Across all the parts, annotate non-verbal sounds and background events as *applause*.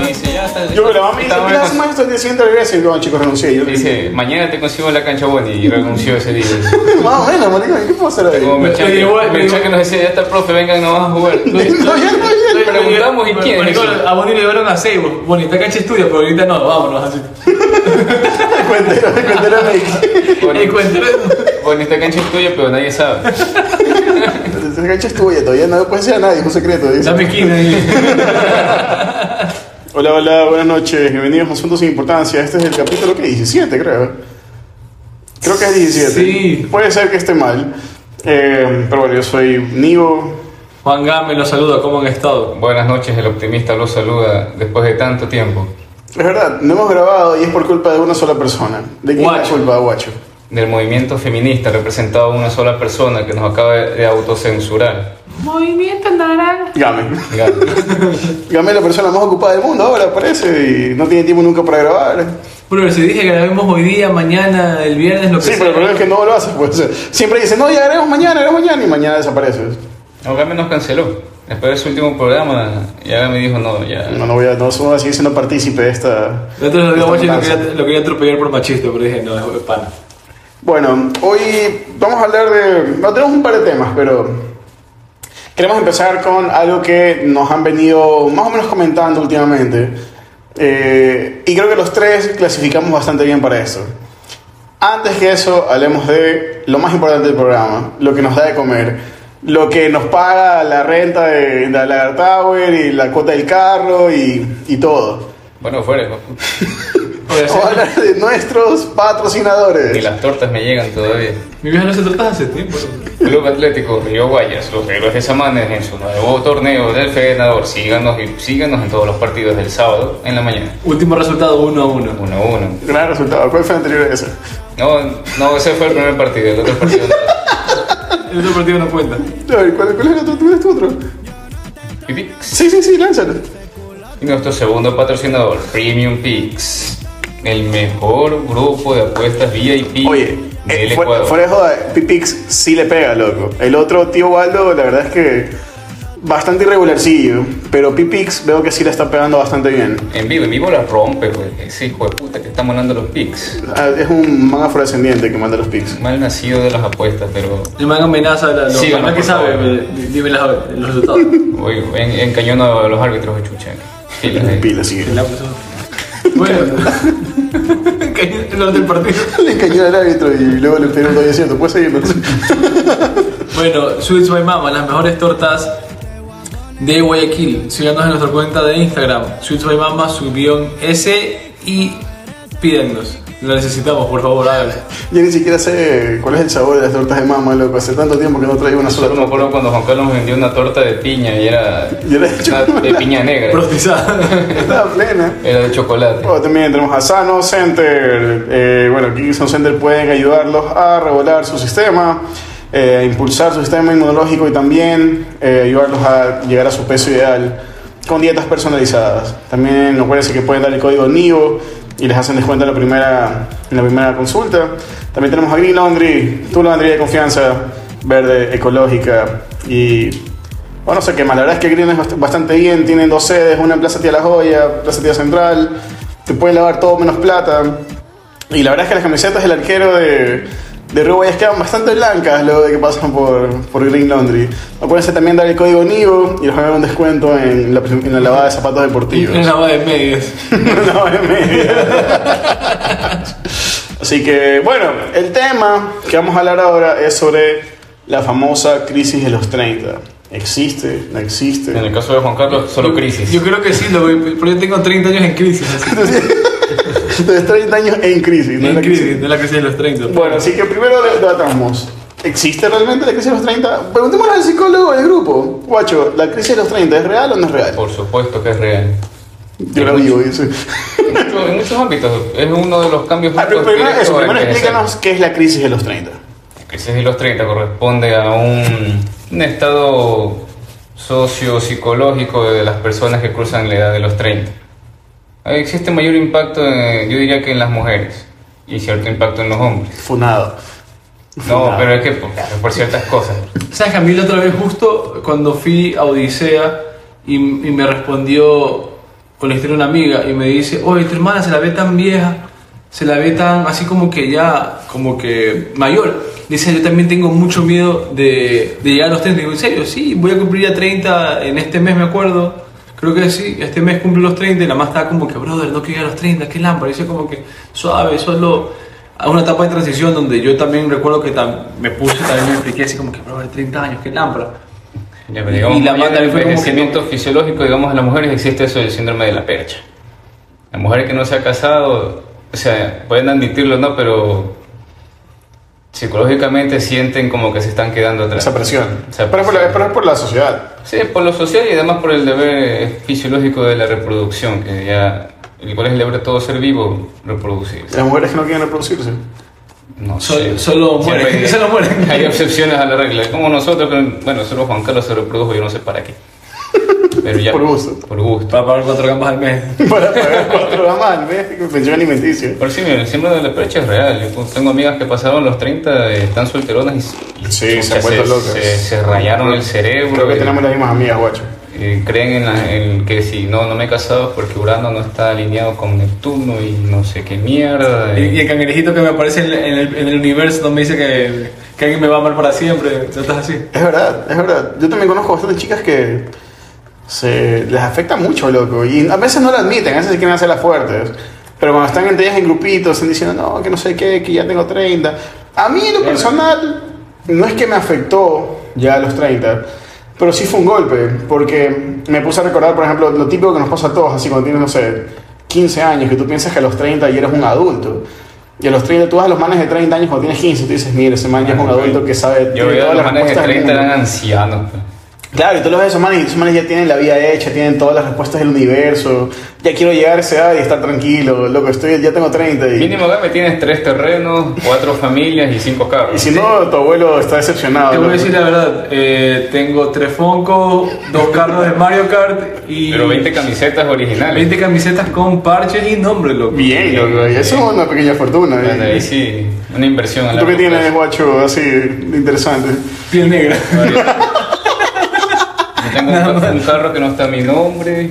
está. Yo me la mami, está- mira, hace más esto día siguiente regresa y no, chicos, renuncié. Yo Dice, mañana te consigo la cancha Boni y renunció ese día. Más o menos, marico, ¿qué puedo hacer Como *laughs* ahí? Merchan Me que llegó- me Merchan llegó- que nos decía, ya está el profe, vengan, no vas a *laughs* jugar. No, ya, no, ya. Le- le- preguntamos, ¿y le- quién es maricón, ese? A Bonnie le dieron a Seibo. Bonnie, esta cancha estudia, pero ahorita no, vámonos así. El cuentero, el cuentero de México. Boni, *laughs* El cuentero. Boni, esta cancha es tuya, pero nadie sabe. Esa cancha es tuya, todavía no puede ser a nadie, es un secreto. dice. Dame esquina ahí. Hola, hola, buenas noches, bienvenidos a Asuntos sin Importancia. Este es el capítulo que 17, creo. Creo que es 17. Sí. Puede ser que esté mal. Eh, pero bueno, yo soy Nigo. Juan Game los saluda, ¿cómo han estado? Buenas noches, el optimista los saluda después de tanto tiempo. Es verdad, no hemos grabado y es por culpa de una sola persona. ¿De quién es Guacho. la culpa, guacho? Del movimiento feminista representado por una sola persona que nos acaba de autocensurar. Movimiento naranja. Game. Gato. Game es la persona más ocupada del mundo ahora, parece, y no tiene tiempo nunca para grabar. Bro, si dije que grabemos hoy día, mañana, el viernes, lo que Sí, sea. pero el problema es que no lo hace, pues. Siempre dice, no, ya grabemos mañana, grabemos mañana, y mañana desapareces. No, Gaby nos canceló. Después de su último programa, ya me dijo, no, ya... No, no voy a, no voy a seguir siendo partícipe de esta. El otro lo de vi a esta Bonnie y lo matanza. quería, lo quería atropellar por machista, pero dije, no, es pana. Bueno, hoy vamos a hablar de... No, tenemos un par de temas, pero queremos empezar con algo que nos han venido más o menos comentando últimamente. Eh, y creo que los tres clasificamos bastante bien para eso. Antes que eso, hablemos de lo más importante del programa, lo que nos da de comer, lo que nos paga la renta de, de la Tower y la cuota del carro y, y todo. Bueno, fuera. ¿no? Oye, así- Vamos a hablar de nuestros patrocinadores. Ni las tortas me llegan todavía. mi vieja no se trata hace tiempo. Club Atlético Río Guayas, los héroes de Samanes en su nuevo torneo del Federador. Síganos, y- síganos en todos los partidos del sábado en la mañana. Último resultado, uno a uno. 1-1. Gran resultado. ¿Cuál fue el anterior a ese? No, no, ese fue el primer partido, el otro partido no. El otro partido no cuenta. A ver, ¿cuál, cuál era tu, cuál es tu otro? Pipix. Sí, sí, sí, lánzalo. Y nuestro segundo patrocinador, Premium Pix. El mejor grupo de apuestas VIP Oye, eh, del fu- fuera, Ecuador. de joda, Pipix sí le pega, loco. El otro tío Waldo, la verdad es que bastante irregularcillo, pero Pipix veo que sí le está pegando bastante bien. En vivo, en vivo la rompe, güey. Ese hijo de puta que está mandando los Pix. Ah, Es un man afrodescendiente que manda los Pix. Mal nacido de las apuestas, pero Le mandan amenaza a la Sí, lo- ganó, que por sabe, favor. eh, di- dime las- los resultados. hoy en, encañono a los árbitros de chucha. Filas, eh. Pila, sí. La persona. Bueno, *laughs* que el otro partido. *laughs* Le engañó al árbitro y luego le pidieron todavía cierto. Puedes seguirlo. Bueno, Sweets by Mama, las mejores tortas de Guayaquil. Síganos en nuestra cuenta de Instagram, Sweets by Mama, subión S y pídennos. Lo necesitamos, por favor, háganlo. Yo ni siquiera sé cuál es el sabor de las tortas de mamá, loco. Hace tanto tiempo que no traigo una Solo sola me torta. acuerdo cuando Juan Carlos vendió una torta de piña y era Y era de una- de piña negra, Prostizada. Estaba plena. era de chocolate. Bueno, también tenemos a Sano Center. Eh, bueno, aquí Gibson Center pueden ayudarlos a regular su sistema, eh, a impulsar su sistema inmunológico y también eh, ayudarlos a llegar a su peso ideal con dietas personalizadas. También acuérdense que pueden dar el código NIO y les hacen descuento en la primera, en la primera consulta. También tenemos a Green Laundry, tu lavandería de confianza, verde, ecológica y bueno, no sé qué más. La verdad es que Green es bast- bastante bien. Tienen dos sedes, una en Plaza Tía La Joya, Plaza Tía Central. Te pueden lavar todo menos plata. Y la verdad es que las camisetas del arquero de, de Río Guayas quedan bastante blancas luego de que pasan por, por Green Laundry. Acuérdense también dar el código NIVO y les van a dar un descuento en la, prim- en la lavada de zapatos deportivos. Una lavada de medias. No, es media. *laughs* Así que, bueno, el tema que vamos a hablar ahora es sobre la famosa crisis de los 30. ¿Existe? ¿No En el *laughs* existe? caso de Juan Carlos, solo Yo- crisis. Yo creo que sí, lo, porque yo tengo 30 años en crisis. así. Entonces, 30 años en crisis. ¿no? En La crisis, de la crisis de los 30. Bueno, así que primero debatamos. ¿Existe realmente la crisis de los 30? Preguntémosle al psicólogo del grupo. Guacho, ¿la crisis de los 30 es real o no es real? Por supuesto que es real. Yo lo digo, dice. En muchos, en muchos ámbitos, es uno de los cambios Ah, pero más primero, directos eso, a primero envejecer. explícanos qué es la crisis de los 30. La crisis de los 30 corresponde a un, un estado socio-psicológico de las personas que cruzan la edad de los 30. Ahí Existe mayor impacto, eh, yo diría que en las mujeres, y cierto impacto en los hombres. Funado. *laughs* No, pero es que por- por ciertas cosas. ¿Sabes que a mí la otra vez justo cuando fui a Odisea y, y me respondió o les tiene una amiga y me dice, oye, tu hermana se la ve tan vieja, se la ve tan así como que ya, como que mayor. Dice, yo también tengo mucho miedo de, de llegar a los 30. Digo, ¿en serio? Sí, voy a cumplir ya 30 en este mes, me acuerdo. Creo que sí, este mes cumplo los 30 y la más está como que, brother, no quiero llegar a los 30, qué lámpara. Dice como que suave, solo a una etapa de transición donde yo también recuerdo que tam- me puse, también me expliqué así como que, brother, 30 años, qué lámpara. Ya, pero digamos, Y la oye, mata el también fue como que envejecimiento fisiológico, digamos, en las mujeres existe eso del síndrome de la percha. La mujer que no se ha casado, o sea, pueden admitirlo, ¿no? Pero psicológicamente sienten como que se están quedando atrás. Esa presión. Esa Pero es por la- presión. pero es por la sociedad. Sí, por lo social y además por el deber eh, fisiológico de la reproducción, que ya, el cual es el deber de todo ser vivo, reproducirse. Las mujeres que no quieren reproducirse. *laughs* No Sol- sé. solo Siempre mueren, hay- *laughs* solo mueren. Hay excepciones a la regla, como nosotros, pero bueno, solo Juan Carlos se reprodujo, yo no sé para *laughs* qué. Pero ya, Por gusto. Por gusto. Para pagar cuatro gambas al mes. Para pagar cuatro gamas al mes con pensión alimenticia. Pero sí, mira, el síndrome de la percha es real. Yo tengo amigas que pasaron los 30, eh, están solteronas y, y Sí, chuta, se han vuelto locas. se- se rayaron el cerebro. Creo que y- tenemos las mismas amigas, guacho. Eh, creen en, la- en que si no, no me he casado es porque Urano no está alineado con Neptuno y no sé qué mierda. Y, y eh. el cangrejito que me aparece en, en el, en el universo no me dice que, que alguien me va a amar para siempre. ¿No estás así? Es verdad, es verdad. Yo también conozco bastantes chicas que se les afecta mucho, loco. Y a veces no lo admiten, a veces se quieren hacer las fuertes. Pero cuando están entre ellas en grupitos, están diciendo, no, que no sé qué, que ya tengo 30. A mí, en lo personal, no es que me afectó ya a los 30. Pero sí fue un golpe, porque me puse a recordar, por ejemplo, lo típico que nos pasa a todos, así cuando tienes, no sé, 15 años, que tú piensas que a los 30 ya eres un adulto. Y a los 30, tú vas a los manes de 30 años cuando tienes 15, tú dices, mira, ese man ya es un adulto que sabe Yo tiene veo a todas los las manes de respuestas del 30 eran mundo. ancianos. pues. Claro, y tú los ves, esos manes, y esos manes ya tienen la vida hecha, tienen todas las respuestas del universo. Ya quiero llegar a esa edad y estar tranquilo, loco, estoy, ya tengo 30. Y, Mínimo acá me tienes tres terrenos, cuatro familias y cinco y carros. si no, tu abuelo está Te decepcionado. voy a loco. decir la verdad. eh, tengo tres Funko, dos carros de Mario Kart y Pero 20 camisetas originales. 20 camisetas con parches y nombre, loco. Bien, loco, y eso es una pequeña fortuna. ¿eh? Bueno, ahí sí, una inversión a ¿Tú qué largo tienes, plazo. guacho, así de interesante? Piel negra. Yo tengo un, ca- un carro que no está a mi nombre,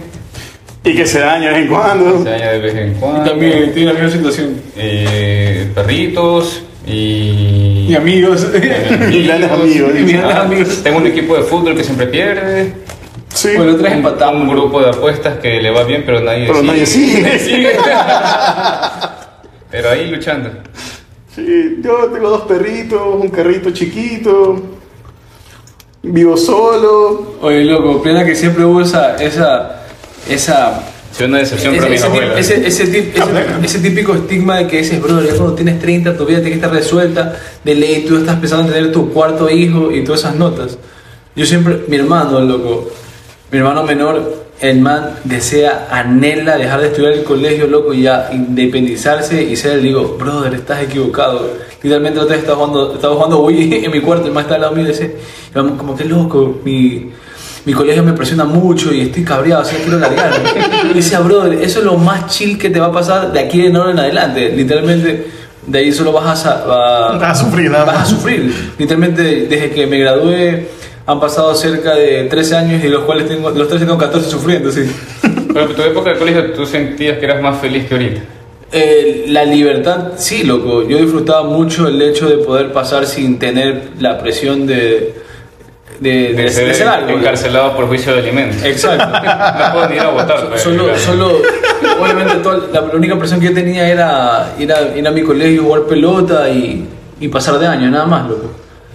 Y que se daña de vez en cuando. se daña de vez en cuando. Y *laughs* también tiene la misma situación. Eh, perritos Y amigos. Y grandes amigos. Y grandes Ah, amigos. Tengo un equipo de fútbol que siempre pierde. Sí. Bueno, tres Un, un empatamos. grupo de apuestas que le va bien, pero *laughs* nadie Pero nadie sigue. pero ahí luchando. Sí, yo tengo dos perritos, un carrito chiquito, vivo solo. *laughs* Oye, loco, pena que siempre hubo esa. esa, esa Soy una decepción Ese, para mis ese tip- abuelas. ese- ese tip- Ah, ese- bueno. ese típico estigma de que dices, bro, ya cuando tienes 30, tu vida tiene que estar resuelta, de ley tú estás pensando en tener tu cuarto hijo y todas esas notas. Yo siempre, mi hermano, loco, mi hermano menor, el man desea, anhela dejar de estudiar el colegio, loco, y ya independizarse y ser, le digo, brother, estás equivocado. Literalmente otra vez estaba jugando, estaba jugando Wii *laughs* en mi cuarto, el man está al lado mío y dice, y vamos, como que loco, mi... Mi colegio me presiona mucho y estoy cabreado, así que quiero largarme. Y decía, brother, eso es lo más chill que te va a pasar de aquí de ahora en adelante. Literalmente, de ahí solo vas a, va- Vas a sufrir, nada Vas a más. sufrir. Literalmente, desde que me gradué, han pasado cerca de 13 años y los cuales tengo, los 13 tengo 14 sufriendo, sí. Pero en tu época de colegio tú sentías que eras más feliz que ahorita. Eh, la libertad, sí, loco. Yo disfrutaba mucho el hecho de poder pasar sin tener la presión de. de, de, de ser ser algo. encarcelado por juicio de alimentos. Exacto. No puedo ni ir a votar. pues, Solo, claro. solo, obviamente toda- la, la única presión que yo tenía era ir a, ir a mi colegio, jugar pelota y, y pasar de año, nada más, loco.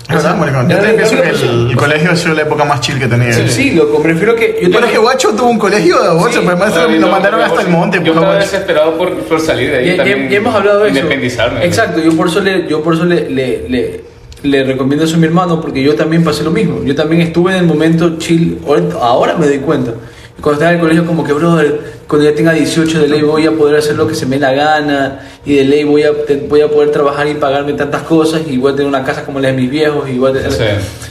Es verdad, maricón. Yo Ya, también ya, pienso ya, que ya. el, el colegio ha sido la época más chill que tenía. Sí, sí, loco, prefiero que... Yo Pero es que Guacho tuvo un colegio de bolsa, pero maestro, Ay, lo no, mandaron yo- hasta el monte. Yo pues, estaba guacho. desesperado por, por salir de ahí. ya, ya- también ya hemos hablado de eso. Independizarme. Exacto, yo por eso le, yo por eso le, le, le, le recomiendo eso a mi hermano, porque yo también pasé lo mismo. Yo también estuve en el momento chill, ahor- ahora me doy cuenta. Cuando estaba en el colegio, como que, brother, cuando ya tenga 18 de ley voy a poder hacer lo que se me dé la gana, y de ley voy a, te- voy a poder trabajar y pagarme tantas cosas, y voy a tener una casa como la de mis viejos, y voy a tener... Sí.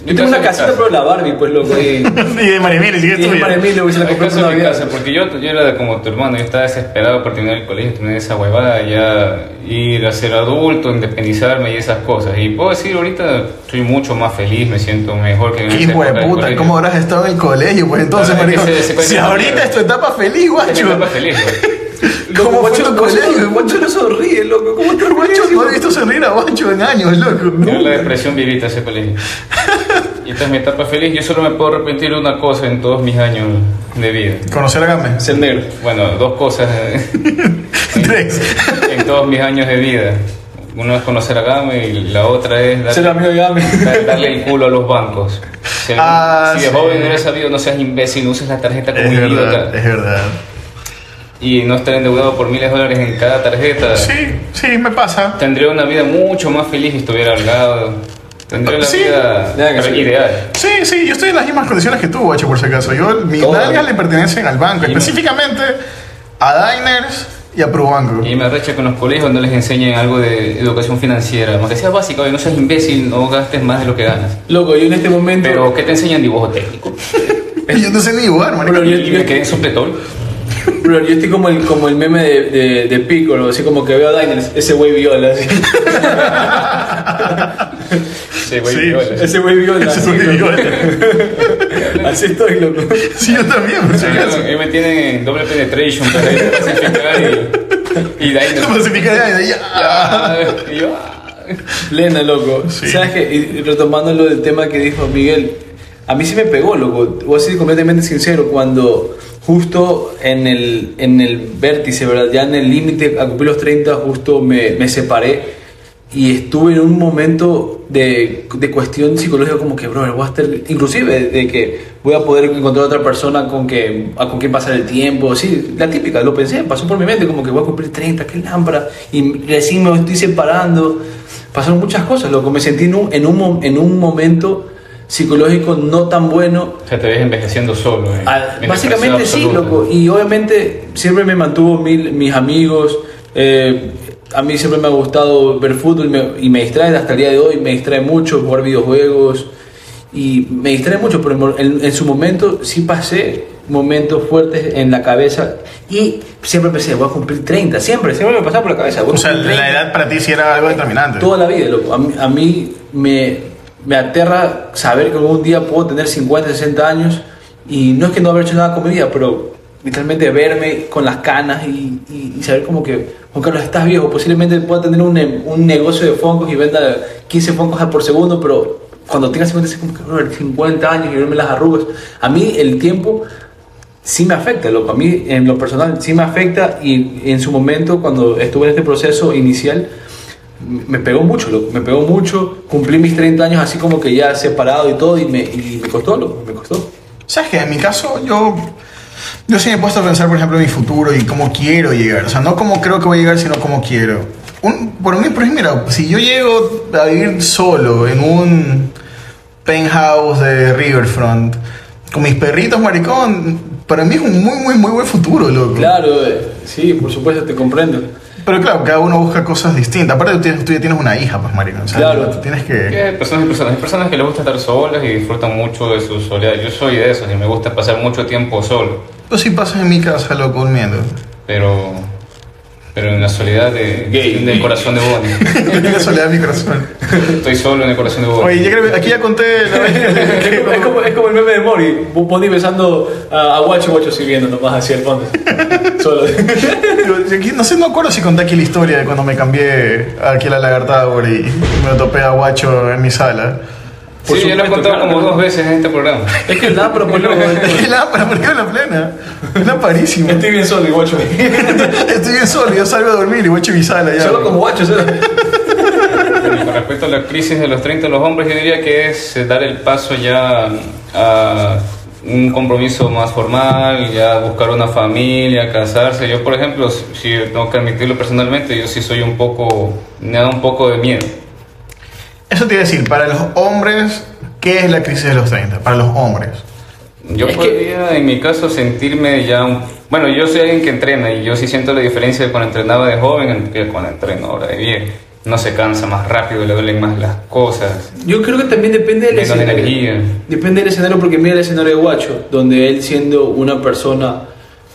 Mi Yo tengo casa, una mi casita, casa. pero la Barbie, pues loco. Y, *laughs* Y de Marimil, y sigue es para estudiando. mí, luego se la Hay cosas compré por en mi Navidad. casa, porque yo, yo era como tu hermano, yo estaba desesperado por terminar el colegio, terminar esa huevada, ya ir a ser adulto, independizarme y esas cosas. Y puedo decir, ahorita estoy mucho más feliz, me siento mejor que en Qué esa hijo de época del puta, colegio. ¿cómo habrás estado en el colegio? Pues entonces, Ah, es que marico, se- se cuenta si la ahorita mierda. es tu etapa feliz, Esa guacho. etapa feliz, güey. ¿Cómo fue tu colegio? Guacho no sonríe, loco. ¿Cómo te Guacho, no he ríes? visto sonreír a Guacho en años, loco. Yo la depresión vivita ese colegio. Y esta es mi etapa feliz. Yo solo me puedo arrepentir de una cosa en todos mis años de vida. ¿Conocer a Game? Sendero. Bueno, dos cosas eh, *laughs* Tres. en todos mis años de vida. Uno es conocer a Game y la otra es darle- Ser amigo de Gami. dar- darle el culo a los bancos. Si, algún- Ah, si de sí. joven no eres sabido, no seas imbécil, no uses la tarjeta como Es un verdad, idiota. es verdad. Y no estar endeudado por miles de dólares en cada tarjeta. Sí, sí, me pasa. Tendría una vida mucho más feliz si estuviera holgado. Tendría la Sí. vida Ya, que sí. ideal. Sí, sí, yo estoy en las mismas condiciones que tú, Guacho, por si acaso. Yo, mis Todo. nalgas le pertenecen al banco, Y no- específicamente a Diners y a Probanco. Y me arrecha que en los colegios no les enseñen algo de educación financiera. Más que seas básica, oye, no seas imbécil, no gastes más de lo que ganas. *laughs* Loco, yo en este momento. Pero, ¿qué te enseñan dibujo técnico? Y yo no sé ni jugar, marico. Pero yo- Y me quedé en supletón. Bro, yo estoy como el, como el meme de, de, de Piccolo, así como que veo a Diners, ese güey viola, *laughs* así. Sí, güey, Sí. viola. Ese güey *laughs* viola. Ese así, güey loco. *laughs* Así estoy, loco. Sí, yo también, por si acaso. Ellos me tienen en doble penetration para ir a clasificar y, y de ahí No me no- sé ni qué era, y ya. Ah, y yo, ah. Lena, loco. Sí. ¿Sabes qué? Y retomando lo del tema que dijo Miguel, a mí sí me pegó, loco. Voy a ser completamente sincero, cuando justo en el, en el vértice, ¿verdad? Ya en el límite, a cumplir los 30, justo me, me separé. Y estuve en un momento de, de cuestión psicológica como que, bro, voy a estar, inclusive de que voy a poder encontrar a otra persona con, que, a con quien pasar el tiempo, sí, la típica, lo pensé, pasó por mi mente como que voy a cumplir 30, qué lámpara, y recién me estoy separando, pasaron muchas cosas, loco, me sentí en un, en un, mo- en un momento psicológico no tan bueno, O sea, te ves envejeciendo solo. eh, Ah, en básicamente sí, depresión absoluta. loco. Y obviamente siempre me mantuvo mil, mis amigos. eh, a mí siempre me ha gustado ver fútbol y me, y me distrae hasta el día de hoy. Me distrae mucho jugar videojuegos. Y me distrae mucho, pero en mo- en, en su momento sí pasé momentos fuertes en la cabeza. Y siempre pensé, voy a cumplir 30. Siempre, siempre me pasaba por la cabeza. voy a O sea, cumplir 30. la edad para ti sí era algo determinante. Toda la vida, loco. A mí, a mí me, me aterra saber que algún día puedo tener 50, 60 años y no es que no haber hecho nada con mi vida, pero literalmente verme con las canas y, y- y saber como que, Juan Carlos, estás viejo, posiblemente pueda tener un, ne- un negocio de fongos y venda 15 fongos por segundo, pero cuando tenga 50, es como que, brother, 50 años y verme las arrugas. A mí el tiempo sí me afecta, loco. A mí, en lo personal, sí me afecta y en su momento, cuando estuve en este proceso inicial, me pegó mucho, loco. Me pegó mucho. Cumplí mis 30 años así como que ya separado y todo y me, y me costó, loco. Me costó. ¿Sabes qué? En mi caso, yo. Yo sí me he puesto a pensar, por ejemplo, en mi futuro y cómo quiero llegar. O sea, no cómo creo que voy a llegar, sino cómo quiero. Un, por mí, por ejemplo, mira, si yo llego a vivir solo en un penthouse de Riverfront con mis perritos, maricón, para mí es un muy, muy, muy buen futuro, loco. Claro, eh, sí, por supuesto, te comprendo. Pero claro, cada uno busca cosas distintas. Aparte, tú tienes, tú ya tienes una hija, pues, maricón. O sea, Claro. tú tienes que. Que hay personas y personas. Hay personas que les gusta estar solas y disfrutan mucho de su soledad. Yo soy de esos y me gusta pasar mucho tiempo solo. Tú sí pasas en mi casa, loco, durmiendo. *laughs* Pero. Pero en la soledad de, Gay. del corazón de Bonnie. En la soledad de mi corazón. Estoy solo en el corazón de Bonnie. Oye, yo creo que aquí ya conté *laughs* la vez que- *laughs* Es como, es como- es como el meme de Mori. Bonnie besando a, a Guacho, Guacho sirviendo nomás hacia el fondo. Solo. Yo- yo aquí- no sé, no acuerdo si conté aquí la historia de cuando me cambié aquí a la Lagarta Tower y me lo topé a Guacho en mi sala. *laughs* Sí, yo lo he supuesto, contado claro, como claro. dos veces en este programa. Es que nada, pero pues *laughs* loco. Es la para porque la plena. Es la parísima. Estoy bien solo y Guacho. *laughs* Estoy bien solo, yo salgo a dormir y Guacho en mi sala ya. Solo como Guacho, solo. Con respecto a la crisis de los 30 de los hombres, yo diría que es eh, dar el paso ya a un compromiso más formal, ya buscar una familia, casarse. Yo, por ejemplo, si si tengo que admitirlo personalmente, yo sí soy un poco, me da un poco de miedo. Eso te iba a decir, para los hombres, ¿qué es la crisis de los 30? Para los hombres. Yo Es que- podría, en mi caso, sentirme ya un... Bueno, yo soy alguien que entrena y yo sí siento la diferencia de cuando entrenaba de joven que cuando entreno ahora de viejo. No se cansa más rápido, le duelen más las cosas. Yo creo que también depende del Menos escenario. energía. Depende del escenario, porque mira el escenario de Guacho, donde él siendo una persona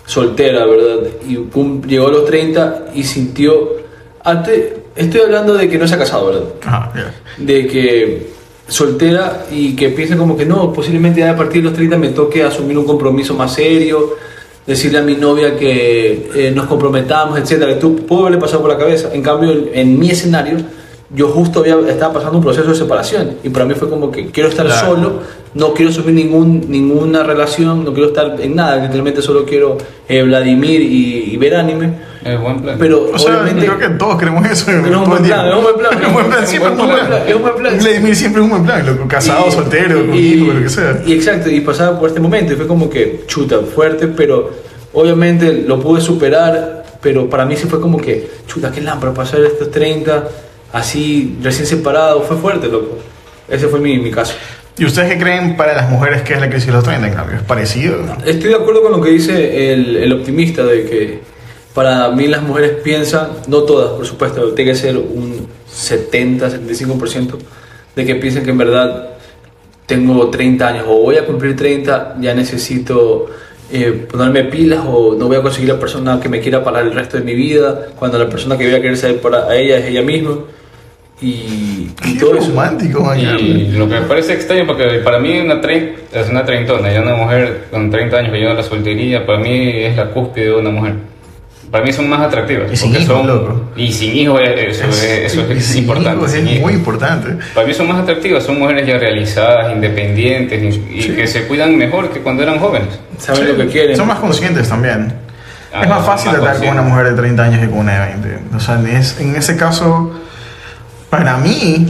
soltera, ¿verdad? Y cum- llegó a los 30 y sintió Antes, estoy hablando de que no se ha casado, ¿verdad? Ajá, Ah, ya. de que soltera y que piensa como que no, posiblemente ya a partir de los 30 me toque asumir un compromiso más serio, decirle a mi novia que eh, nos comprometamos, etcétera. Tú pudo haberle pasado por la cabeza. En cambio, en- en mi escenario, yo justo había, estaba pasando un proceso de separación y para mí fue como que quiero estar Claro. solo, no quiero asumir ningún, ninguna relación, no quiero estar en nada, literalmente solo quiero eh, Vladimir y, y ver anime. Es Eh, buen plan. Pero O sea, obviamente creo que todos queremos eso. es un todo el buen plan, tiempo. es un buen plan. *laughs* Es un buen plan, siempre es un buen plan. Es un buen plan. Vladimir siempre es un buen plan, loco. Casado, Y- soltero, con y- hijo, lo que sea. Y exacto, y pasaba por este momento y fue como que chuta, fuerte, pero obviamente lo pude superar, pero para mí sí fue como que chuta, qué lámpara pasar estos 30, así recién separado, fue fuerte, loco. Ese fue mi, mi caso. ¿Y ustedes qué creen para las mujeres que es la crisis de los 30 en cambio? ¿Es parecido? Estoy de acuerdo con lo que dice el, el optimista de que para mí las mujeres piensan, no todas, por supuesto, tiene que ser un 70, 75% de que piensen que en verdad tengo 30 años o voy a cumplir 30, ya necesito eh, ponerme pilas o no voy a conseguir la persona que me quiera para el resto de mi vida, cuando la persona que voy a querer ser para a ella es ella misma y, y Qué todo eso. romántico, Y man. lo que me parece extraño, porque para mí una, trein- es una treintona, ya una mujer con 30 años que lleva la soltería, para mí es la cúspide de una mujer. Para mí son más atractivas. Y sin porque hijos, son- loco. Y sin hijos, eso es, eso es Y sin importante. hijos, sin Es hijos. muy importante. Para mí son más atractivas, son mujeres ya realizadas, independientes y, y que se cuidan mejor que cuando eran jóvenes. Saben Sí, lo que quieren. Son más conscientes también. Ah, es más son fácil más tratar con una conscientes. mujer de 30 años que con una de 20. O sea, en es- en ese caso, para mí,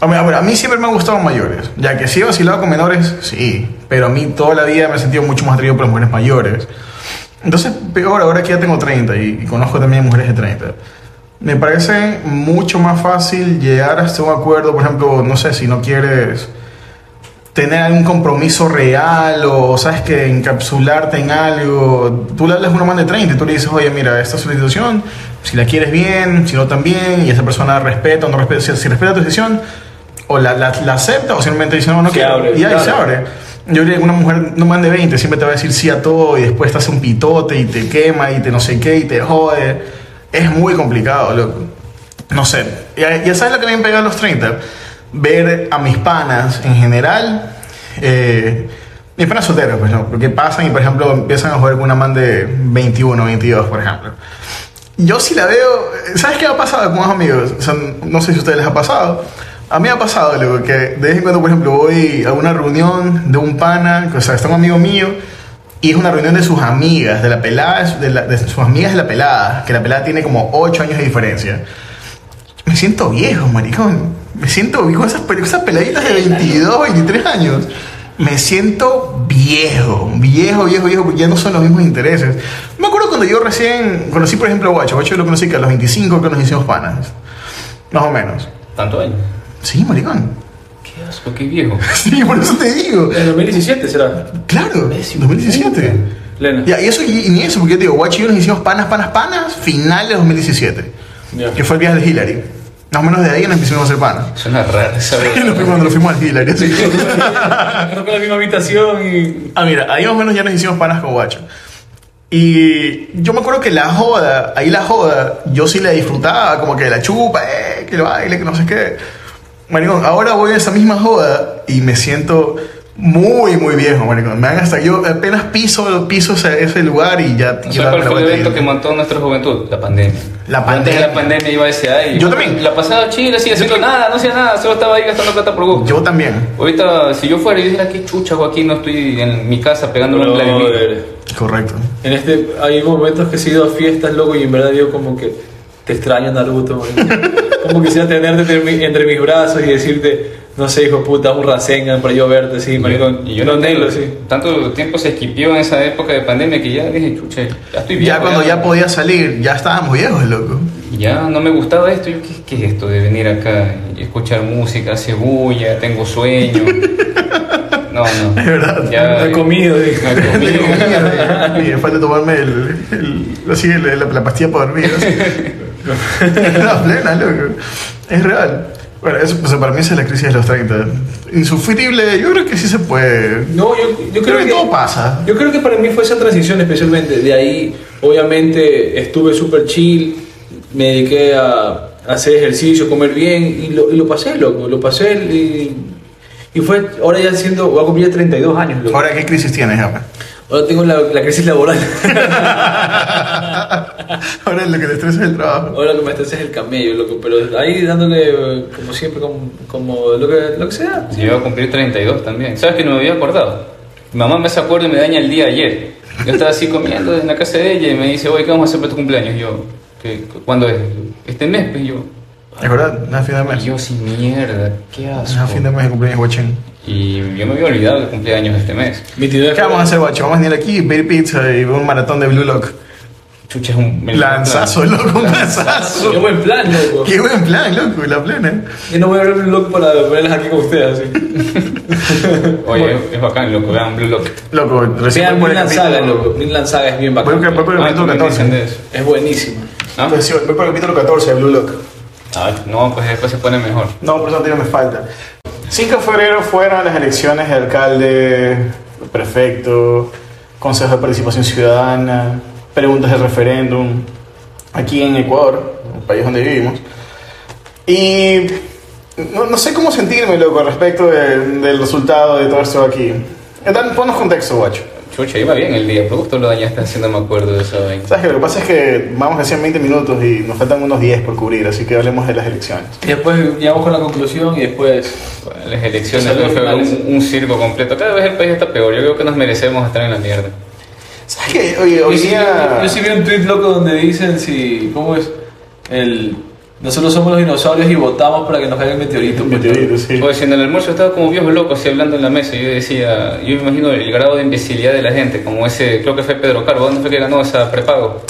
a ver, a ver, a mí siempre me han gustado mayores. Ya que sí he vacilado con menores, sí. Pero a mí toda la vida me he sentido mucho más atraído por las mujeres mayores. Entonces, peor ahora que ya tengo 30 y, y conozco también mujeres de 30. Me parece mucho más fácil llegar hasta un acuerdo, por ejemplo, no sé, si no quieres tener algún compromiso real o, sabes que encapsularte en algo. Tú le hablas a una man de 30 y tú le dices, oye, mira, esta es tu situación, si la quieres bien, si no también, y esa persona respeta o no respeta, si, si respeta tu decisión, o la, la, la acepta o simplemente dice, no, no Se quiero", abre, y ahí claro. se abre. Yo diría que una mujer, no man de 20, siempre te va a decir sí a todo y después te hace un pitote y te quema y te no sé qué y te jode. Es muy complicado, loco no sé, ya, ya sabes lo que me han pegado los 30, ver a mis panas en general, eh, mis panas solteros, pues no, porque pasan y por ejemplo empiezan a jugar con una man de 21, 22, por ejemplo. Yo si la veo, ¿sabes qué me ha pasado con unos amigos? O sea, no sé si a ustedes les ha pasado. A mí me ha pasado luego que de vez en cuando, por ejemplo, voy a una reunión de un pana, o sea, está un amigo mío, y es una reunión de sus amigas, de la pelada, de, la- de sus amigas de la pelada, que la pelada tiene como 8 años de diferencia. Me siento viejo, maricón. Me siento viejo. Esas, pe- esas peladitas de 22, 23 años. Me siento viejo, viejo, viejo, viejo, porque ya no son los mismos intereses. Me acuerdo cuando yo recién conocí, por ejemplo, a Guacho. Guacho lo conocí que a los 25 que nos hicimos panas. Más o menos. Tanto año. Sí, maricón. *laughs* Qué asco, qué viejo. Sí, por eso te digo. En 2017 será. Claro, 2017. Lena. Ya, y eso, y, y ni eso, porque yo te digo, Guacho y yo nos hicimos panas, panas, panas, finales de 2017. Ya. Que fue el viaje de Hillary. Más o menos de ahí nos empezamos a hacer panas. Suena raro esa Y nos verdad. fuimos cuando nos fuimos al Hillary. así. *laughs* Estamos en la misma habitación y. Ah, mira, ahí más o menos ya nos hicimos panas con Guacho. Y yo me acuerdo que la joda, ahí la joda, yo sí la disfrutaba, como que la chupa, eh, que lo baile, que no sé qué. Maricón, ahora voy a esa misma joda y me siento muy, muy viejo, maricón. Me dan hasta yo apenas piso, piso ese, ese lugar y ya O yo sea, dando ¿Cuál fue la el vuelta evento y- que mató nuestra juventud? La pandemia. La Antes de pandemia. la pandemia iba a decir, ay, Yo también. La pasaba chile, sin haciendo nada, no hacía nada, solo estaba ahí gastando plata por gusto. Yo también, Ahorita, si yo fuera, yo dijera, qué chucha, Joaquín, no estoy en mi casa pegándome un Vladimir. Brother, correcto. En este, hay momentos que he ido a fiestas, loco, y en verdad yo como que te extraño, Naruto. man. *laughs* como quisiera tenerte entre, mi- entre mis brazos y decirte, no sé, hijo de puta, un Rasengan para yo verte, sí, maricón. Y yo Lo no anhelo, tengo, sí. Tanto tiempo se esquipió en esa época de pandemia que ya dije, chucha, ya estoy viejo. Ya cuando ya podía salir, ya estábamos viejos, loco. Ya no me gustaba esto. Yo, ¿qué, qué es esto de venir acá y escuchar música, hace bulla, tengo *laughs* sueño? No, no. Es verdad. Ya, No he comido, dije. No he comido. *laughs* *laughs* Y me falta tomarme el, el- así, el- la, la pastilla para dormir. así. la plena, loco. Es real. Bueno, eso, o sea, para mí esa es la crisis de los 30. Insufrible, yo creo que sí se puede. No, yo, yo Creo, que, todo pasa. Yo creo que para mí fue esa transición especialmente. De ahí, obviamente, estuve súper chill. me dediqué a hacer ejercicio, comer bien y lo, y lo pasé, loco, lo pasé y, y fue, ahora ya siendo, voy a cumplir 32 años, loco. Ahora, ¿qué crisis tienes, Japa? Ahora tengo la, la crisis laboral. *laughs* Ahora lo que te estresa es el trabajo. Ahora lo que me estresa es el camello, loco, pero ahí dándole, eh, como siempre, como, como lo, que, lo que sea. Yo iba a cumplir 32 también. ¿Sabes que no me había acordado? Mi mamá me se acuerda y me daña el día ayer. Yo estaba así comiendo en la casa de ella y me dice, oye, ¿qué vamos a hacer para tu cumpleaños? Y yo, "¿Qué- cu- ¿cuándo es? Este mes, pues Y yo. ¿Es verdad? No es fin de "Ay, mes. Yo sí, mierda, qué No es fin de asco. mes de cumpleaños, guachín. Y yo me había olvidado el cumpleaños de este mes. 29 ¿Qué vamos a hacer, guacho? Vamos a venir aquí, pedir pizza y un maratón de Blue Lock. Chucha, es un... Lanzazo, *laughs* loco, un Qué lanzazo. buen plan, loco. Qué buen plan, loco, la plena. Yo no voy a abrir un loco para ponerlas aquí con ustedes, así. eh. Oye, es- es bacán, loco, vean Blue Lock. Loco, recién Vean voy por Green el Lanzaga, capítulo- loco. Green Lanzaga es bien Voy por bacán. el- voy por el Ah, tú capítulo me dicen de 14. eso. Es buenísimo. ¿Ah? Pues sí, Voy por el capítulo 14 de Blue Lock. Ah, no, pues después se pone mejor. No, por eso no me falta. 5 de febrero fueron las elecciones de alcalde, prefecto, consejo de participación ciudadana, preguntas del referéndum, aquí en Ecuador, el país donde vivimos. Y no, no sé cómo sentirme, loco, al respecto de- del resultado de todo esto aquí. Eh, Dan, ponnos contexto, guacho. Chucha, iba bien el día, pero justo lo dañaste haciendo, me acuerdo de esa vaina. Sabes que lo que pasa es que vamos a hacer 20 minutos y nos faltan unos 10 por cubrir, así que hablemos de las elecciones. Y después llegamos con la conclusión y después. Las elecciones Saludos fue finales. un, un circo completo. Cada vez el país está peor. Yo creo que nos merecemos estar en la mierda. ¿Sabes que Oye, yo, hoy sí, día... yo, sí vi un tweet loco donde dicen si. ¿Cómo es? El. Nosotros somos los dinosaurios y votamos para que nos caiga el meteorito. pues, Meteorito, sí. Oye, si en el almuerzo estaba como viejo loco así hablando en la mesa. Yo decía, yo me imagino el grado de imbecilidad de la gente. Como ese, creo que fue Pedro Carbo. ¿Dónde fue que ganó esa prepago?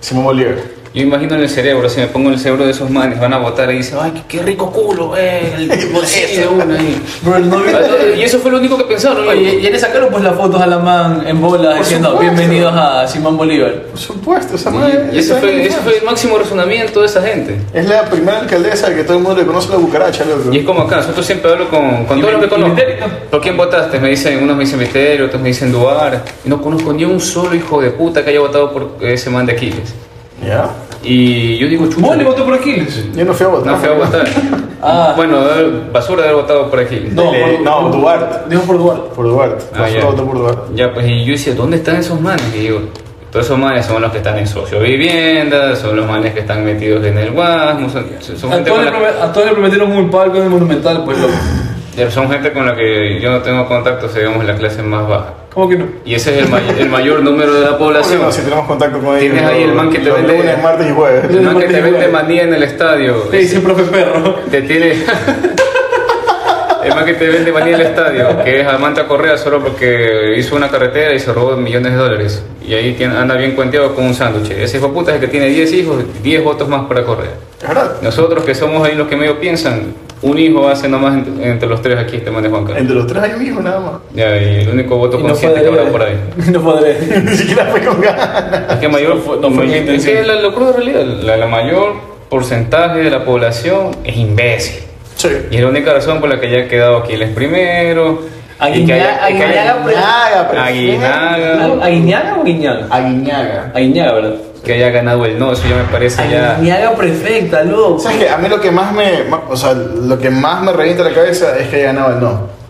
Simón Bolívar. Yo imagino en el cerebro, si me pongo en el cerebro de esos manes, van a votar y dicen, ay, qué, qué rico culo, eh, el bolsillo de uno ahí. Pero no vi- Ah, no, Y eso fue lo único que pensaron. ¿no? Oye, ya le sacaron pues las fotos a la man en bolas diciendo supuesto. bienvenidos a Simón Bolívar. Por supuesto, esa madre. Y ese esa fue, es- ese fue el máximo razonamiento de esa gente. Es la primera alcaldesa que todo el mundo le conoce la cucaracha, loco. Y es como acá, nosotros siempre hablo con, con ¿Y todos los que Vin- y conozco. Viterio? ¿Por quién votaste? Me dicen, unos me dicen Viterio, otros me dicen Duar. Y no conozco ni un solo hijo de puta que haya votado por ese man de Aquiles. ¿Ya? Y yo digo, chucha. ¿Vos le votó por Aquiles? Yo no fui a votar. No fui a votar. *laughs* Ah. Bueno, eh, basura de haber votado por Aquiles. No, Dele, Eh, no, Duarte. Dijo por Duarte. Por Duarte. Ah, Basura ya. votó por Duarte. Ya, pues, y yo decía, ¿dónde están esos manes? Y digo, todos esos manes son los que están en sociovivienda, son los manes que están metidos en el guasmo, son, son A gente todos, con le la- prome- a todos le prometieron un palco en el Monumental, pues loco. ya, son gente con la que yo no tengo contacto, digamos, en la clase más baja. ¿Cómo que no? Y ese es el, may- el mayor número de la Porque población. no, si tenemos contacto con ellos. Tienes ahí el man que te los vende- lunes, martes y El Pues jueves. man que te vende manía en el estadio. Te dice profe perro. Te tiene. *laughs* El man que te vende manía en el estadio, que es Amanta Correa solo porque hizo una carretera y se robó millones de dólares. Y ahí tiene- anda bien cuenteado con un sándwich. Ese hijo de puta es el que tiene 10 hijos, 10 votos más para Correa. Es verdad. Nosotros que somos ahí los que medio piensan, un hijo hace nomás ent- entre, los tres aquí este man de Juan Carlos. Entre los tres hay un hijo nada más. *laughs* Ya, y el único voto Y consciente que habrá por ahí. *laughs* No podré. Ni siquiera fue con ganas. Es que mayor No fue- no fue es mi que intención. la locura de realidad, la, la mayor porcentaje de la población es imbécil. Sí. Y es la única razón por la que haya quedado Aquiles primero. y que haya- y que haya- Ah, Aguinaga, Aguinaga, ¿Aguiñaga o Guiñaga? Aguinaga. Ah, Aguiñaga, ¿verdad? que haya ganado el no, eso ya me parece ya. Aguiñaga perfecta, loco. ¿Sabes qué? A mí lo que más me. ma- O sea, lo que más me revienta la cabeza es que haya ganado el no.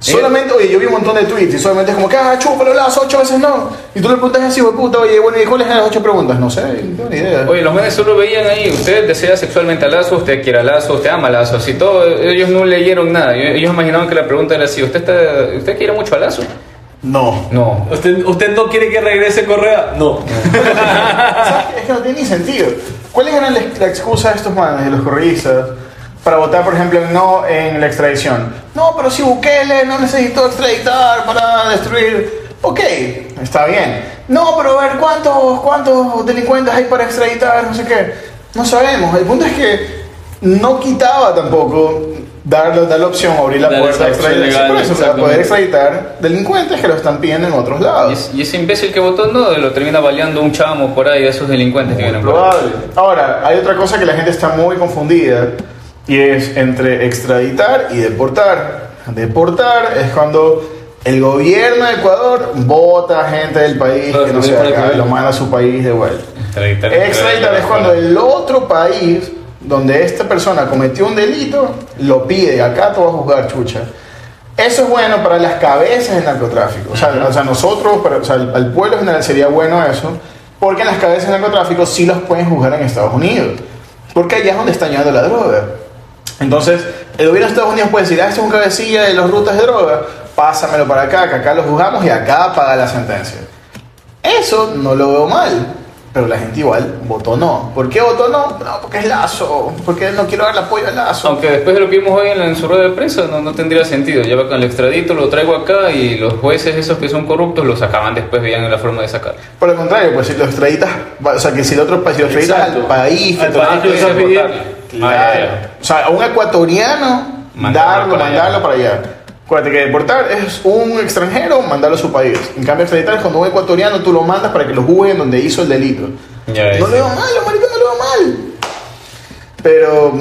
Solamente, oye, yo vi un montón de tweets y solamente es como que, ah, chúpalo las ocho veces no. Y tú le preguntas así, güey, puta, oye, bueno, ¿y cuáles eran las ocho preguntas? No sé, no tengo ni idea. Oye, los manes solo veían ahí, usted desea sexualmente a Lazo, usted quiere a Lazo, usted ama a Lazo, si todo, ellos no leyeron nada, ellos imaginaban que la pregunta era así, ¿usted, está, ¿usted quiere mucho a Lazo? No. No, ¿Usted, ¿Usted no quiere que regrese Correa? No. ¿Sabes qué? Es que no tiene ni sentido. ¿Cuáles eran la, la excusa de estos manes, de los correístas, para votar, por ejemplo, en no en la extradición? No, pero si Bukele no necesitó extraditar para destruir. Ok, está bien. No, pero a ver, ¿cuántos, cuántos delincuentes hay para extraditar? No sé qué. No sabemos. El punto es que no quitaba tampoco dar, la- dar la opción, abrir la Dar puerta a esa opción extraditar. Sí, legal, por eso, para poder exactamente. extraditar delincuentes que lo están pidiendo en otros Y, lados. es- y ese imbécil que votó no, lo termina baleando un chamo por ahí, esos delincuentes que vienen por ahí. Probable. Ahora, hay otra cosa que la gente está muy confundida y es entre extraditar y deportar. Deportar es cuando el gobierno de Ecuador vota a gente del país Claro, que no que sea viene de para acá acá. y lo manda a su país de vuelta. extraditar. Extraditar es cuando el otro país donde esta persona cometió un delito lo pide. Acá tú vas a juzgar, chucha. Eso es bueno para las cabezas del narcotráfico. O sea, o sea, nosotros, para- o sea, al al pueblo en general sería bueno eso, porque las cabezas del narcotráfico sí los pueden juzgar en Estados Unidos. Porque allá es donde está llevando la droga. Entonces, el gobierno de Estados Unidos puede decir, ah, este es un cabecilla de las rutas de droga, pásamelo para acá, que acá lo juzgamos y acá paga la sentencia. Eso no lo veo mal. Pero la gente igual votó no. ¿Por qué votó no? No, porque es Lazo. Porque no quiero darle apoyo a Lazo. Aunque después de lo que vimos hoy en, la, en su rueda de prensa no, no tendría sentido. Ya va con el extradito, lo traigo acá y los jueces esos que son corruptos lo sacaban después, veían la forma de sacar. Por el contrario, pues si los extraditas, o sea, que si el otro país, si los extraditas al Exacto. país, que Al todo- país que empieza a deseas pedir- votar. Ah, ya, ya. o sea, a un ecuatoriano, Mandarlo darlo, para allá. mandarlo para allá. Acuérdate que deportar es un extranjero, mandarlo a su país. En cambio, extraditar es cuando un ecuatoriano tú lo mandas para que lo juzguen donde hizo el delito. Ya No ves. lo veo mal, marico, no lo veo mal. Pero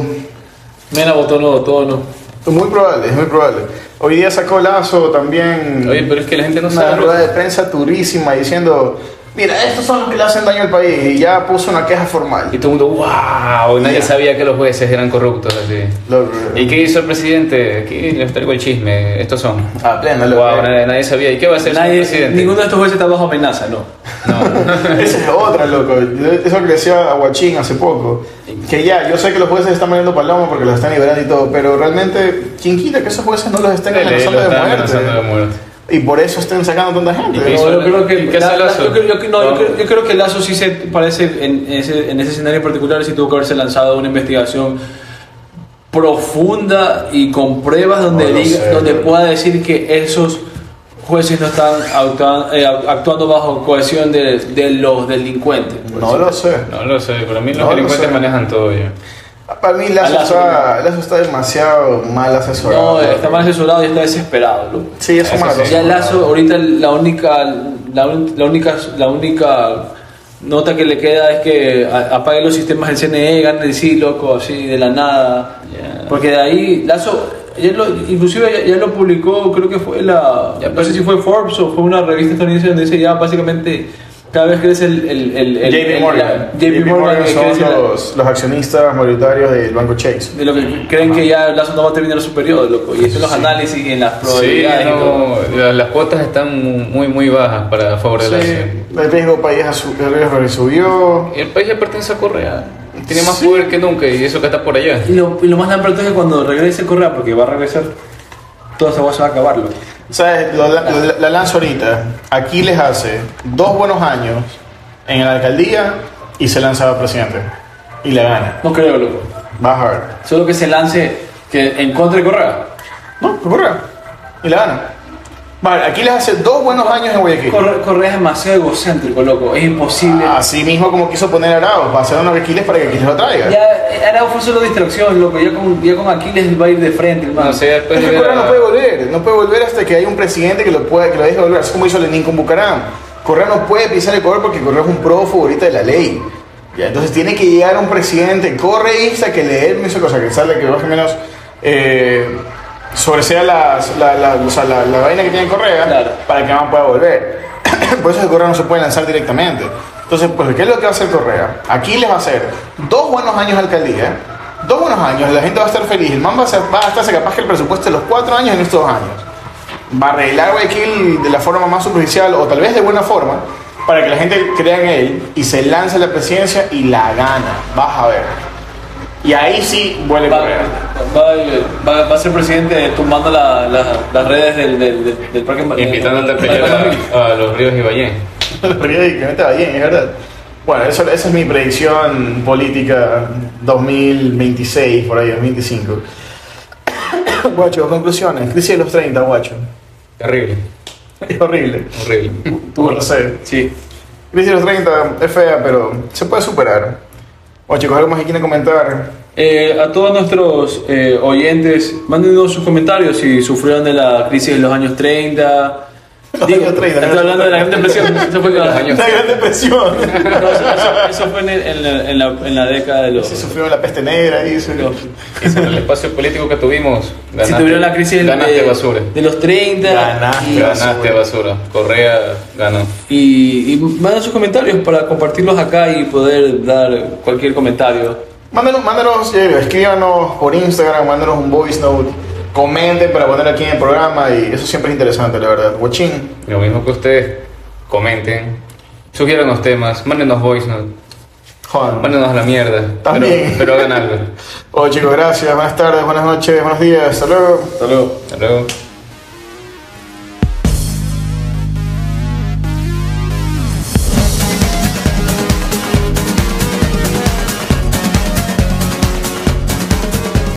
Mena votó no, todo no. Muy probable, es muy probable. Hoy día sacó Lazo también. Oye, pero es que la gente no una sabe. rueda de prensa durísima diciendo: Mira, estos son los que le hacen daño al país. Y ya puso una queja Y formal. todo el mundo, wow, nadie Ya. sabía que los jueces eran corruptos. Así. Lo- ¿Y qué hizo el presidente? Aquí les traigo el chisme, estos son. Ah, pleno, lo- Wow, nadie, nadie sabía. ¿Y qué va a hacer el Nadie, presidente? ninguno de estos jueces está bajo amenaza, no. Esa es otra, loco. Eso que le decía a Guachín hace poco. Que ya, yo sé que los jueces están poniendo paloma porque los están liberando y todo. Pero realmente, ¿quién quita que esos jueces no los estén Dele, amenazando lo de están amenazando de muerte? muerte. Y por eso estén sacando tanta gente. ¿Y qué ¿no? hizo? No, yo creo que ¿Qué hace la- la- Lazo? yo creo- yo creo- no, yo No. creo- yo creo que Lazo sí se parece en ese, en ese escenario en particular sí tuvo que haberse lanzado una investigación profunda y con pruebas donde No lo diga- sé, donde bro. pueda decir que esos jueces no están actua- eh, actuando bajo cohesión de, de los delincuentes. No lo sé. No lo sé, para mí los No lo delincuentes sé. manejan todo ya. Para mí, Lazo, Lazo, está, Lazo está demasiado mal No, asesorado. está mal asesorado y está desesperado. loco. Sí, eso es Eso malo. sí. Ya Lazo, ahorita la única, la, un- la única, la única nota que le queda es que a- apague los sistemas del CNE, gane el sí, loco, así de la nada. Ya. Porque de ahí Lazo, ya lo- inclusive ya, ya lo publicó, creo que fue la, Ya, no pero- sé si fue Forbes o fue una revista estadounidense donde dice ya básicamente cada vez crece el, el, el, el- JP el- Morgan. la- JP Morgan que son crece la- los, los accionistas mayoritarios del banco Chase. de lo que creen que ya Lazo no va a terminar su periodo, loco. Y eso en los análisis y en las Sí, probabilidades. y todo. no, las, las cuotas están muy, muy bajas para a favor de la acción. El riesgo país asu- el riesgo subió. El país le pertenece a Correa. Tiene más poder que nunca y eso que está por allá. Y lo, y lo más lamentable es que cuando regrese Correa, porque va a regresar, todo esa agua se va a acabar. loco. ¿Sabes? Lo- la, la- la lanzo ahorita. Aquí les hace dos buenos años en la alcaldía y se lanzaba presidente. Y le gana. No creo, loco. Va hard. Solo que se lance que en contra de Correa. No, corra. Y le gana. Vale, aquí les hace dos buenos años en Guayaquil. Corre- Correa es demasiado egocéntrico, loco. Es imposible. Así mismo como quiso poner a Arauz, va a hacer unos Aquiles para que Aquiles lo traiga. Ya eh, Araujo fue solo distracción, loco. Ya con, ya con Aquiles va a ir de frente, hermano. No sé, después Pero es de que ver Correa a- Este no puede volver, no puede volver hasta que haya un presidente que lo pueda, que lo deje volver, así como hizo Lenin con Bucaram. Correa no puede pisar el Ecuador porque Correa es un prófugo ahorita de la ley. Ya, entonces tiene que llegar un presidente correísta que le dé el permiso, cosa que salga que más o menos eh, sobresea las- la, la, o sea, la- la vaina que tiene Correa Claro. para que Amán pueda volver. *coughs* Por eso es que Correa no se puede lanzar directamente. Entonces, pues, ¿qué es lo que va a hacer Correa? Aquí les va a hacer dos buenos años de alcaldía, dos buenos años, la gente va a estar feliz, el man va a, ser, va a estarse capaz que el presupuesto de los cuatro años en estos dos años va a arreglar Guayaquil de la forma más superficial o tal vez de buena forma para que la gente crea en él y se lance a la presidencia y la gana. Vas a ver. Y ahí sí vuelve Va, Correa. va- va- va a ser presidente tumbando la- la- las redes del, del, del, del parque. Invitándote a pelear a, a los ríos Ibayén. *laughs* Periódicamente va bien, es verdad. Bueno, eso, esa es mi predicción política 2026, por ahí, 2025. *coughs* guacho, conclusiones. Crisis de los 30, guacho. *laughs* Terrible, Es horrible. horrible. Tú lo sé. Sí. Crisis de los 30 es fea, pero se puede superar. Bueno, chicos, algo más que quieren comentar. Eh, a todos nuestros eh, oyentes, mándenos sus comentarios si sufrieron de la crisis de los años 30, Digo, Año 30, estoy hablando de la Gran Depresión. Eso fue, Los años. La Gran Depresión. No, *laughs* eso, eso- eso fue en, el- en la, en la- en la década de los... Se sufrió la peste negra y eso. Y sobre el espacio político que tuvimos, Si tuvieron la crisis del- eh, ganaste de, basura. de los 30 Ganaste y- Ganaste basura. Correa ganó. y, y manden sus comentarios para compartirlos acá y poder dar cualquier comentario. Mándanos, mándanos, eh, escríbanos por Instagram, mándanos un voice note, comenten para poner aquí en el programa y eso siempre es interesante, la verdad. Watching. Lo mismo que ustedes, comenten, sugieran los temas, mándenos voice note, Juan. mándenos a la mierda. También. Pero, pero hagan algo. Oh chicos, gracias, buenas tardes, buenas noches, buenos días, hasta luego. Hasta luego.